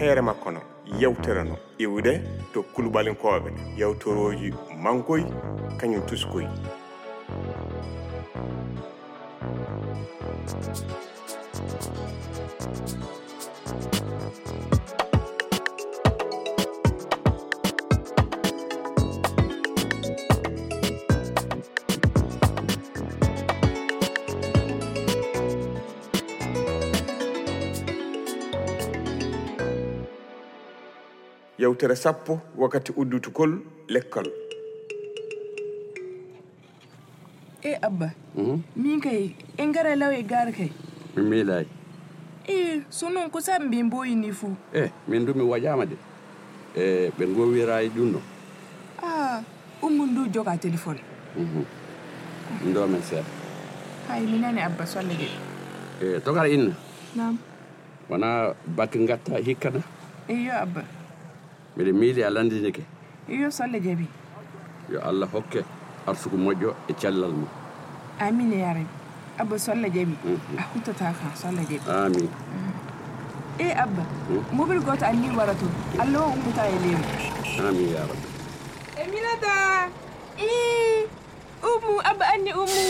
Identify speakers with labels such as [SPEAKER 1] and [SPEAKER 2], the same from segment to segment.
[SPEAKER 1] heere makko no yewterano iwde to kulubalinkoɓe yewtoroji mankoy kañum tuskoy yewtere sappo wakkati uddutukol lekkol
[SPEAKER 2] e abba min kay en gara law e gar kay
[SPEAKER 3] mi miilaayi
[SPEAKER 2] e so noon ko sam mbi mboyini fuu
[SPEAKER 3] e min du mi waƴaama de e ɓe ngowiraayi ɗum no
[SPEAKER 2] a ummu ndu joga téléphone
[SPEAKER 3] ndo men seeɗa
[SPEAKER 2] hay mi nani abba solle de
[SPEAKER 3] e togara inna
[SPEAKER 2] nam
[SPEAKER 3] wonaa bakke ngattaa hikkana
[SPEAKER 2] eyo abba
[SPEAKER 3] miɗe miili a landini ke
[SPEAKER 2] eyo solle jabi
[SPEAKER 3] yo allah hokke arsuku moƴƴo e cellal mum
[SPEAKER 2] amine yaran abba solle jabi a huttata kan solle jabi
[SPEAKER 3] amin
[SPEAKER 2] e abba mobile goto anni wara to allah o ummuta e lewru
[SPEAKER 3] amin ya rabbi
[SPEAKER 2] eminata
[SPEAKER 4] Eh,
[SPEAKER 2] i ummu abba anni ummu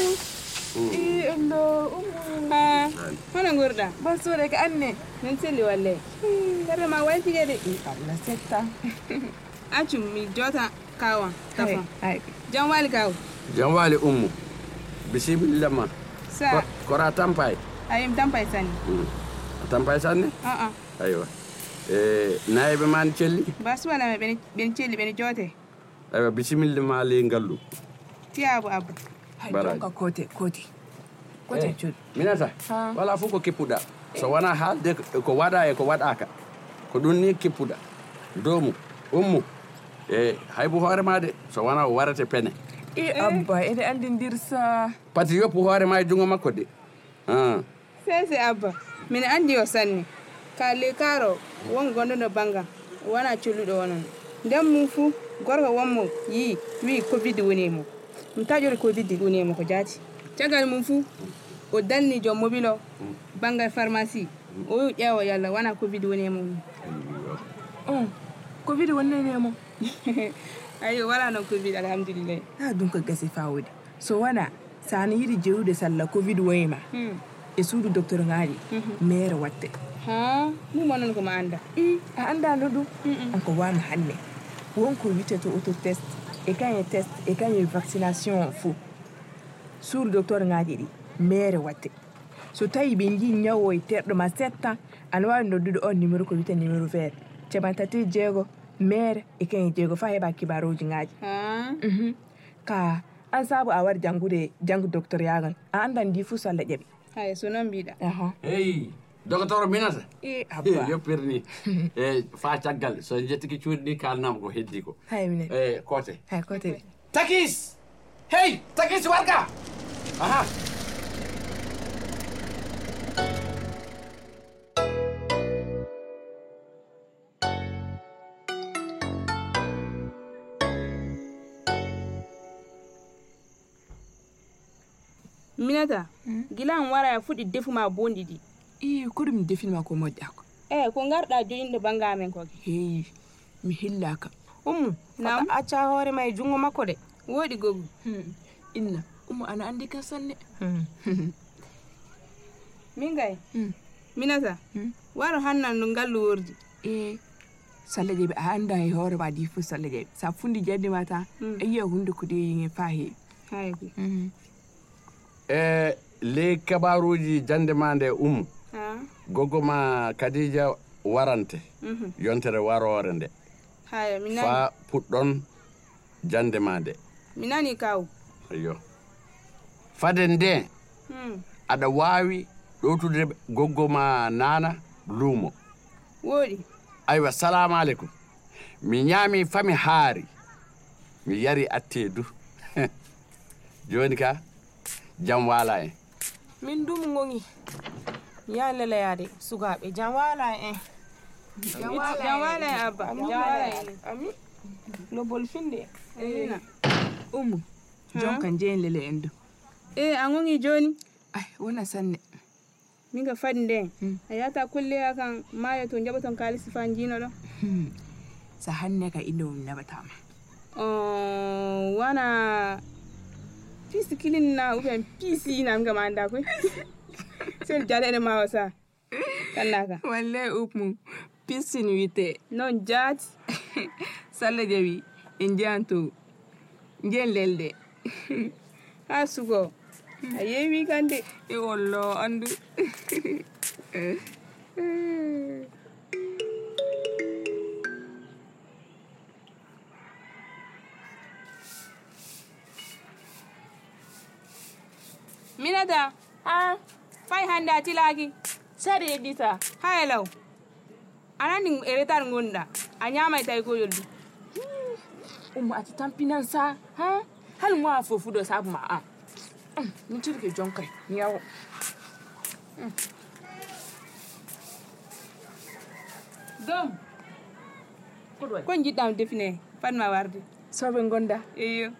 [SPEAKER 2] i
[SPEAKER 4] Eh,
[SPEAKER 2] allo ummu
[SPEAKER 4] Ah, hono ngurɗa
[SPEAKER 2] basuure ka anne
[SPEAKER 4] min selli walle kare Eh, ma waltige de
[SPEAKER 2] i Eh, allah setta
[SPEAKER 4] accum mi jota kawan tafon
[SPEAKER 2] ay
[SPEAKER 4] jam wali kaw
[SPEAKER 3] jam waali ummu bisimilla ma
[SPEAKER 4] sa
[SPEAKER 3] Ko- kora tampay
[SPEAKER 4] ayim tampay sanni
[SPEAKER 3] a tampay sanne
[SPEAKER 4] aa
[SPEAKER 3] aywa e nayeɓe ma n celli
[SPEAKER 4] basuwalama ɓen celli ɓene joote
[SPEAKER 3] aywa bisimilla ma ley ngallu
[SPEAKER 4] tiyabo abba
[SPEAKER 2] hay
[SPEAKER 3] Baraji.
[SPEAKER 2] jonka kote kote kote cuuɗ
[SPEAKER 3] minata
[SPEAKER 2] Ha.
[SPEAKER 3] wala fof ko keppuɗa so wona haalde ko- ko waɗa e ko waɗaka ko ɗum ni keppuɗa domu ummu e haybo hoore ma de so wona o warate pene
[SPEAKER 2] i
[SPEAKER 4] Eh,
[SPEAKER 2] abba ede andindir sa
[SPEAKER 3] pati yoppu hoore ma e jungo makko de ah.
[SPEAKER 4] sese abba mine andi o sanni ka ley kaaro won gonɗono bangam wona colluɗo onon nden mum fuu gorko wonmo yii wi covid wonimo mi taƴori covid wonimo ko jaati caggal mum fuu o dalni joom mobile o bangal pharmacie o wi ƴeewa yalla wona covid wonimo mum
[SPEAKER 2] on covid wonnenemo
[SPEAKER 4] ayi wala noon covid alhamdulillahi
[SPEAKER 2] ha ɗum ka gasi fawode so wona sa ana yiɗi jewude salla covid woyima
[SPEAKER 4] Hmm.
[SPEAKER 2] e suudu docteur ngaji maire watte
[SPEAKER 4] ha mum onon komo anda
[SPEAKER 2] i a andano ɗum an ko wano hanne wonko witeto autotest e kañe test e kañe vaccination o fo suudu docteur ngaji ɗi maire watte so tawi ɓe jii ñawo e terɗo ma settan ana wawi noddude on oh, numéro ko wiyete numéro vert capantati jeego maire e kañe jeego fa heeɓa kibaruji ngaji
[SPEAKER 4] ha
[SPEAKER 2] Mhm. ka an saabu a wari janngude janngu docteur yagan a anndan ndi fuu so allah ƴaɓi
[SPEAKER 4] hay so noon mbiɗa
[SPEAKER 2] aha
[SPEAKER 3] eyi docteur minata
[SPEAKER 2] e
[SPEAKER 3] Eh,
[SPEAKER 2] abba
[SPEAKER 3] yoppirni e fa caggal so jettiki cuuɗi ɗi kalnama ko heddi ko
[SPEAKER 2] hay mine
[SPEAKER 3] e kote
[SPEAKER 2] hay kote
[SPEAKER 3] takis hey takis warga aha
[SPEAKER 4] minata gila an wara ya fuɗi defuma bondi ɗi
[SPEAKER 2] i ko ɗum definima ko moƴƴa ko
[SPEAKER 4] eyi ko garɗa joƴinde bangamen koke
[SPEAKER 2] heyi mi hillaka ummu
[SPEAKER 4] nam acca hoore ma e junngo makko de woɗi gogu
[SPEAKER 2] inna ummu ana andi kan sanne
[SPEAKER 4] min gay minata waro hannan no ngallu wordi
[SPEAKER 2] e salla jeeɓi a annda e hoore ma di fo salla jeeɓi sa fundi jande ma ta
[SPEAKER 5] Hmm.
[SPEAKER 2] a yiya hunde ko deyiŋe fa heewi
[SPEAKER 4] hay ko
[SPEAKER 3] e ley kabaruji jande ma nde ummu
[SPEAKER 4] ha
[SPEAKER 3] goggo ma kadija warante
[SPEAKER 4] Mhm.
[SPEAKER 3] yontere warore nde
[SPEAKER 4] haya mi nani
[SPEAKER 3] fa puɗɗon jande ma nde
[SPEAKER 4] mi nani kaw
[SPEAKER 3] ayo fade nde
[SPEAKER 4] Hmm.
[SPEAKER 3] aɗa wawi ɗowtude goggo ma nana luumo
[SPEAKER 4] woɗi
[SPEAKER 3] aywa salamu aleykum mi ñaami fami haari mi yari atte du joni ka jam wala en
[SPEAKER 5] min dum ŋoŋi ya lelayade sugaɓe jam wala en
[SPEAKER 4] jam wala e abba jam wala e enen.
[SPEAKER 5] ami lobol finde
[SPEAKER 4] Amina.
[SPEAKER 2] ummu jonka jeyin lele en du
[SPEAKER 4] e a ŋoŋi Eh, joni
[SPEAKER 2] ay wona sanne
[SPEAKER 4] min ka fadi nden a yata kulleya kan mayo to jaɓa ton kalisi fa jino ɗo
[SPEAKER 2] sa hanne ka inde um naɓatama
[SPEAKER 4] Oh, wana pisi kilin na ufen pisi na mga manda kwe sen jale ne mawa sa kannaka
[SPEAKER 5] wallahi upmu pissin wite
[SPEAKER 4] non jat
[SPEAKER 5] salla jawi en jeyan to jen lelde
[SPEAKER 4] ha sugo a yewi kande
[SPEAKER 5] e wollo andu
[SPEAKER 4] minata
[SPEAKER 5] a
[SPEAKER 4] fay hande a tilaki
[SPEAKER 5] sare yeɗɗita
[SPEAKER 4] ha elaw anani eretar gonɗa a ñamay tawi ko yoldu
[SPEAKER 5] umu ati tampinan sa ha hal mo a fofuɗo sabu ma a mi tirke jonkay mi yawo
[SPEAKER 4] dom kon jiɗɗam define patma warde
[SPEAKER 2] soɓe gonda
[SPEAKER 4] eyo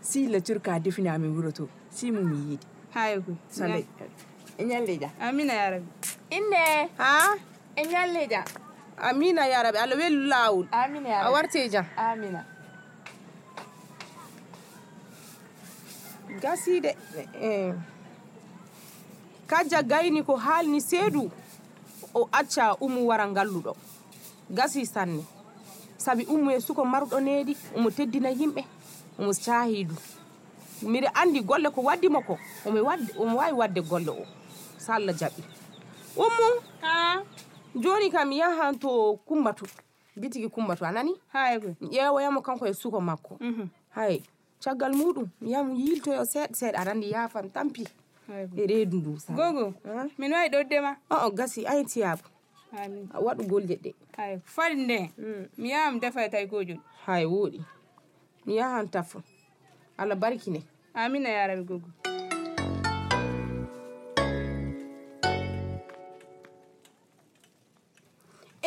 [SPEAKER 2] si lecture ka definami wuro to si mum yiidi
[SPEAKER 4] hayo kwe
[SPEAKER 2] soɓe
[SPEAKER 5] eh,
[SPEAKER 2] e ñalleja
[SPEAKER 4] amina yarabi
[SPEAKER 5] inde
[SPEAKER 4] ha
[SPEAKER 5] en ñalleja
[SPEAKER 4] amina yarabi allah welu lawol
[SPEAKER 5] amina
[SPEAKER 4] a
[SPEAKER 5] ya
[SPEAKER 4] warte jam
[SPEAKER 5] amina
[SPEAKER 4] gaside eh, kajja gayni ko haalni seedu o acca umu wara ngalluɗo gasi sanne sabi umu e suko marɗo needi omo teddina yimɓe omo cahidu miɗa andi golle ko waddimo ko omo wadde- omo wawi wadde golle o so allah jaɓi ummu joni kam yahan to kumbatu bitigi kumbatu anani mi ƴeewoyamo kanko e suko makko hay caggal muɗum mi yaha mi yiltoyo seeɗa seeɗa aɗa andi yafan tampi e reedu ndu sa
[SPEAKER 5] gogo min wawi ɗoddema
[SPEAKER 2] Oh,
[SPEAKER 4] o o gasi ay tiyaba waɗugol leɗɗe
[SPEAKER 5] fari nde mi yawam defa e tawi kojol
[SPEAKER 4] hay woɗi mi yahan tafo allah barkine
[SPEAKER 5] amina yarabi gogo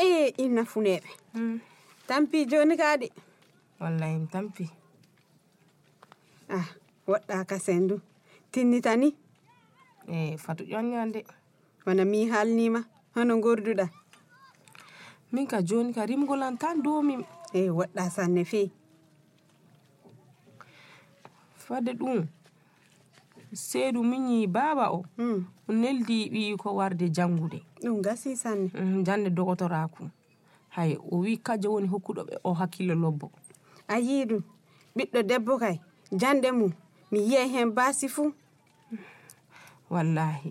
[SPEAKER 6] eye ɗin nafuneɓe Eh, tampi joni kadi
[SPEAKER 2] wallahi mi tampi
[SPEAKER 6] ah woɗɗa ka sendu tinnitani
[SPEAKER 2] e fatu ƴonñande
[SPEAKER 6] wona mi haalnima hono gorduɗa
[SPEAKER 2] min ka joni ka rimgol an tan domim
[SPEAKER 6] e woɗɗa sanne fi
[SPEAKER 2] fade ɗum seedu miñi baaba o
[SPEAKER 6] Mm,
[SPEAKER 2] o neldi ɓi ko warde janngude
[SPEAKER 6] ɗum gasi sanne
[SPEAKER 2] Mm, jande dogotoraku hay o wi kaje woni hokkuɗo ɓe o hakkille lobbo
[SPEAKER 6] a yii ɗum ɓiɗɗo debbo kay janɗe mum mi yiyay hen basi fuu
[SPEAKER 2] wallahi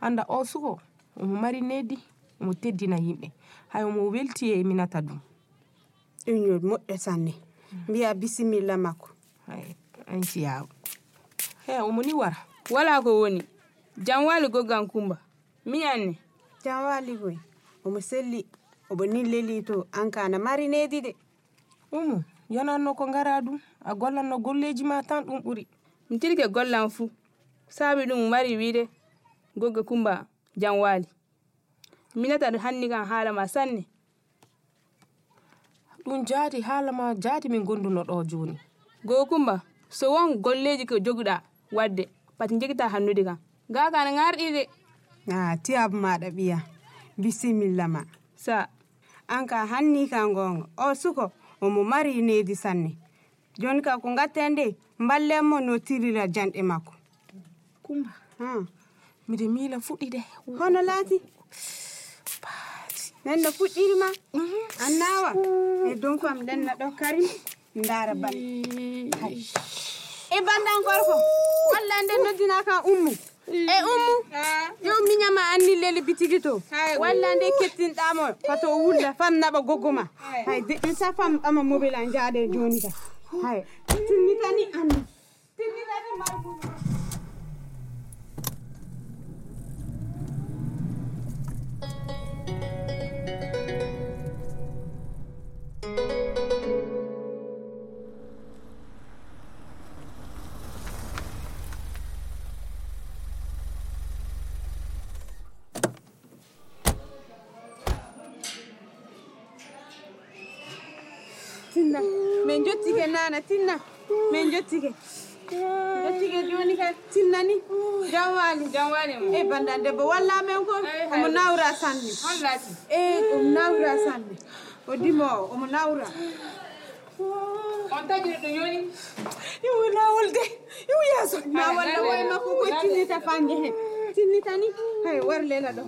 [SPEAKER 2] anda o sugo omo mari neddi omo teddina yimɓe hay omo welti e minata dum
[SPEAKER 6] ɗum yo moƴƴo sanne mbiya bisimilla makko
[SPEAKER 2] hay an ciyaw he omo ni wara
[SPEAKER 4] wala ko woni jam wali goggan kumba min anne
[SPEAKER 6] jan wali koy omo selli omo ni leli to an kana mari nedi de
[SPEAKER 2] umu yonanno ko ngara dum a gollanno golleji ma tan ɗum ɓuri
[SPEAKER 4] mi tilke gollan fuu saabi ɗum mari wiide gogga kumba jam wali minata hanni kan haala ma sanne
[SPEAKER 2] ɗum jaati haala ma jaati min gonduno ɗo joni
[SPEAKER 4] goo kumba so won golleji ko jogiɗa wadde pati jegita hannude kan ga kana garɗide
[SPEAKER 6] a tiyabu maɗa Ah, ɓiya bisimilla ma
[SPEAKER 4] sa
[SPEAKER 6] an ka hanni ka gonga o suko omo mari nedi sanne joni ka ko gatten de mballenmo no tirira janɗe makko
[SPEAKER 2] kumba
[SPEAKER 6] ha
[SPEAKER 2] miɗe miila fuɗɗide
[SPEAKER 6] hono laati nen no fuɗɗirima an nawa e don kam ɗenna ɗo karim ndara bal e bandan gorko walla nde noddina kan ummu e ummu yo miñama anni leli bitigi to walla nde kettinɗamo fato o wulla fam naɓa goggo ma hay de ɗum sa fam ɓama mobile a jaaɗe joni ka hay tinnitani anni tinnitani margo tinna min jottike nana tinna min jottike dottigue joni ka tinnani jan waali
[SPEAKER 4] jan wani mo
[SPEAKER 6] e bandan debbo walla men ko omo nawra sanne
[SPEAKER 4] hollati
[SPEAKER 6] e omo nawra sanne o dimo o omo nawra
[SPEAKER 4] on tajiri ɗo yoni
[SPEAKER 6] iwo lawol de iwo yaso lawol no way makko ko tinnita fangue hen tinnita ni hay war lela ɗo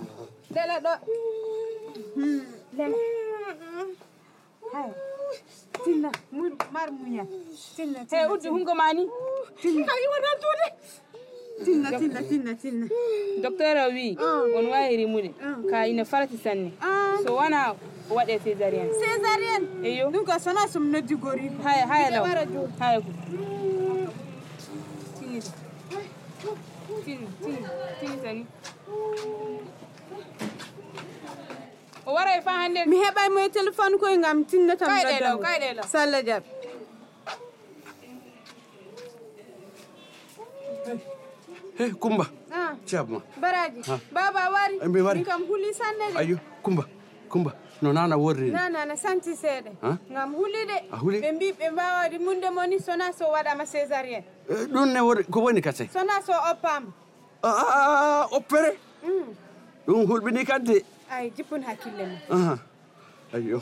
[SPEAKER 6] lela ɗo Hmm, lela hay tinna muñ mar muñal tinna
[SPEAKER 4] e
[SPEAKER 6] tinna
[SPEAKER 4] uddu hunko mani
[SPEAKER 6] tinna iwona tuude tinna tinna tinna tinna
[SPEAKER 4] docteur o wi on wawi rimude ka ina farati sanne
[SPEAKER 6] Ah.
[SPEAKER 4] so wona o waɗe césarien
[SPEAKER 6] césarienne
[SPEAKER 4] eyo
[SPEAKER 6] ɗum ko sona som noddi gori
[SPEAKER 4] haya haya law
[SPEAKER 6] wara jooni.
[SPEAKER 4] haya ko tinitani o wara e fa hande
[SPEAKER 6] mi heɓay mo e téléphone koye ngam tinnatam
[SPEAKER 4] Kayɗe
[SPEAKER 6] noddanmo.
[SPEAKER 4] law, kayɗe law.
[SPEAKER 6] salla jaab
[SPEAKER 3] he kumba
[SPEAKER 6] Ah,
[SPEAKER 3] ceebma
[SPEAKER 6] baraji
[SPEAKER 3] Ah.
[SPEAKER 6] baba wari
[SPEAKER 3] Eh, mi wari.
[SPEAKER 6] min kam huli sanne de
[SPEAKER 3] ayyo kumba kumba no nana worrini
[SPEAKER 6] nanana santi seeɗa
[SPEAKER 3] Ah.
[SPEAKER 6] ngam hulide
[SPEAKER 3] A huli?
[SPEAKER 6] ɓe mbi ɓe mbawade munde mo ni sona so waɗama césarienne
[SPEAKER 3] Eh, ɗum ne wori ko woni kase
[SPEAKER 6] sona so oppama
[SPEAKER 3] Ah, ah, ah, oppere ɗum hulɓini kadde
[SPEAKER 6] ay jippun hakkille ma
[SPEAKER 3] Aha. ayyo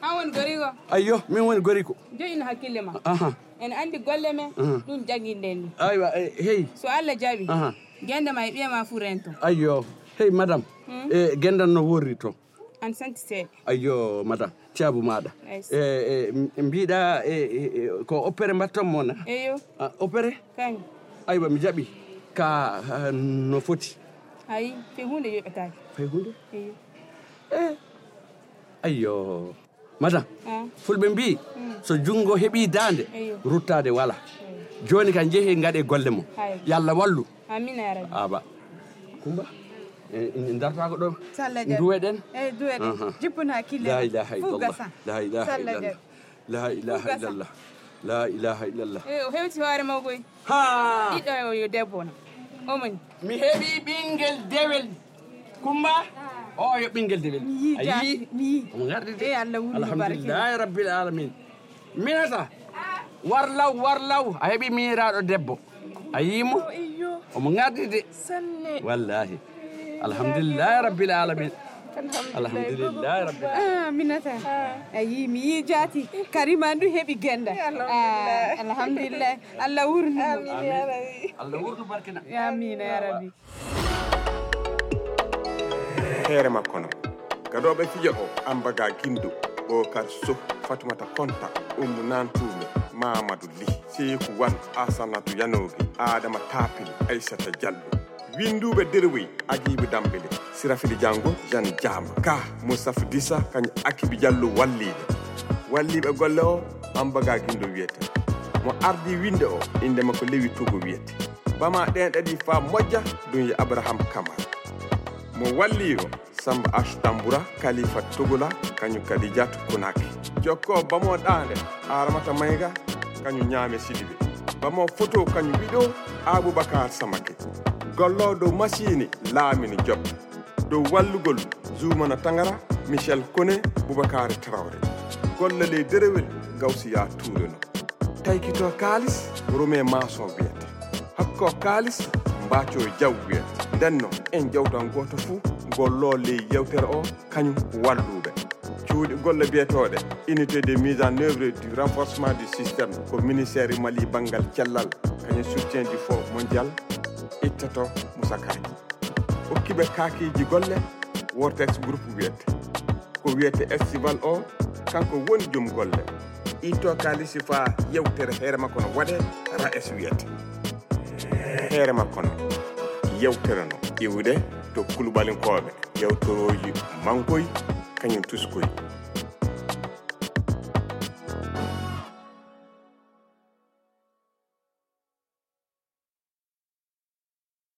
[SPEAKER 4] han woni gorigo
[SPEAKER 3] ayyo min woni goriko
[SPEAKER 4] joƴino hakkille ma
[SPEAKER 3] aha
[SPEAKER 4] en andi golle men ɗum jagguinden ni
[SPEAKER 3] aywa eh, hey
[SPEAKER 4] so allah jaaɓi
[SPEAKER 3] Aha.
[SPEAKER 4] guende ma e ɓiyama fuu rento
[SPEAKER 3] ayyo hey madame e gendan no worri toon
[SPEAKER 4] an santi seeɗa
[SPEAKER 3] ayyo madame ceebu maɗa
[SPEAKER 4] Yes.
[SPEAKER 3] e e, mbiɗa e, e, e, ko opére mbattonmo na
[SPEAKER 4] eyo
[SPEAKER 3] Ah, opére
[SPEAKER 4] kañum
[SPEAKER 3] aywa mi jaɓi ka ah, no foti
[SPEAKER 4] ayi te hunde yoƴotaki
[SPEAKER 3] fay hunde
[SPEAKER 4] eyo
[SPEAKER 3] ayyo madame
[SPEAKER 4] Ah.
[SPEAKER 3] fulɓe mbi so junngo heɓi daande
[SPEAKER 4] Eyyo.
[SPEAKER 3] ruttade wala joni kan jeehi gaɗe golle mo
[SPEAKER 4] Hay.
[SPEAKER 3] yalla wallu
[SPEAKER 4] amina ya rabbi
[SPEAKER 3] aba kumba e- en dartako ɗo
[SPEAKER 6] salla Eh, jaab
[SPEAKER 3] duweɗen
[SPEAKER 6] eyi duweɗe
[SPEAKER 3] Aha.
[SPEAKER 6] jippun hakkille
[SPEAKER 3] la
[SPEAKER 6] ma.
[SPEAKER 3] ilaha
[SPEAKER 6] Fuu
[SPEAKER 3] illallah
[SPEAKER 6] gasan.
[SPEAKER 3] la ilaha
[SPEAKER 6] salla
[SPEAKER 3] illallah
[SPEAKER 6] jaab
[SPEAKER 3] la ilaha
[SPEAKER 6] Fugasa.
[SPEAKER 3] illallah la ilaha illallah
[SPEAKER 4] e o hewti hoore ma koy
[SPEAKER 3] ha
[SPEAKER 4] ɗiɗɗo o yo debbo no omoni
[SPEAKER 3] mi heɓi ɓinguel dewel kumba o yo ɓinguel dewel
[SPEAKER 6] mi yi
[SPEAKER 3] a
[SPEAKER 6] jaati
[SPEAKER 3] yii
[SPEAKER 6] mi yi
[SPEAKER 3] omo gardide
[SPEAKER 6] Eh, Allah wulni
[SPEAKER 3] alhamdulillahi rabbil alamin minata warlaw warlaw a heeɓi miraɗo debbo a yiimo
[SPEAKER 6] eyyo
[SPEAKER 3] omo gardide
[SPEAKER 6] sanne
[SPEAKER 3] wallahi alhamdulillahi rabbil alamin alhamdulillahi rabbil
[SPEAKER 6] Ah, minata ayi mi yi jaati karima du heɓi genda Ah, alhamdulillah allah wurni
[SPEAKER 3] allah wurnu barkina
[SPEAKER 6] amina ya rabbi
[SPEAKER 1] heere makko no gadoɓe fijo o ambaga guindo bokar so fatumata konta ummu nantuɓe mamadou ly seyku wan asanatu yanogue adama tapil aissata diallo winduɓe derwoy aguibe dambele sirafili diango jeanne diama ka moussafa dissa kañum akibi diallo walliɓe walliɓe golle o ambaga guindo wiyete mo ardi winde o indema ko lewi togo wiyete bama ɗen ɗaɗi fa moƴƴa ɗum yo abrahama camara mo walli o samba h tamboura kalifa togola kañum kadi diat konaki jokko bamo ɗande aramata mayga kañum ñaame sidibe bamo photo kañum wiɗo aboubacar samake gollo dow masini laamini job dow wallugol zoumana tangara michel kone boubacary traoré golle ley derewel gawsiya tuureno taykito kaalis romé maçon wiyete hakko kaalis mbaaco jaw wiyata ndenno en jawtan gooto fuu golloo ley yewtere o kañum walluɓe cuuɗi golle biyeteeɗe unité de mise en œuvre du renforcement du système ko ministére mali banngal cellal kañum soutien du fond mondial ittato musakaaji hokkiɓe kaakiiji golle wortex groupe wiyete ko wiyete estival o kanko woni joom golle itto kaalisi faa yewtere heere makko no waɗe ra es wiyete heere makko no yewtere no iwde to kulubalinkoɓe yewtoroji mankoy kañum tuskoy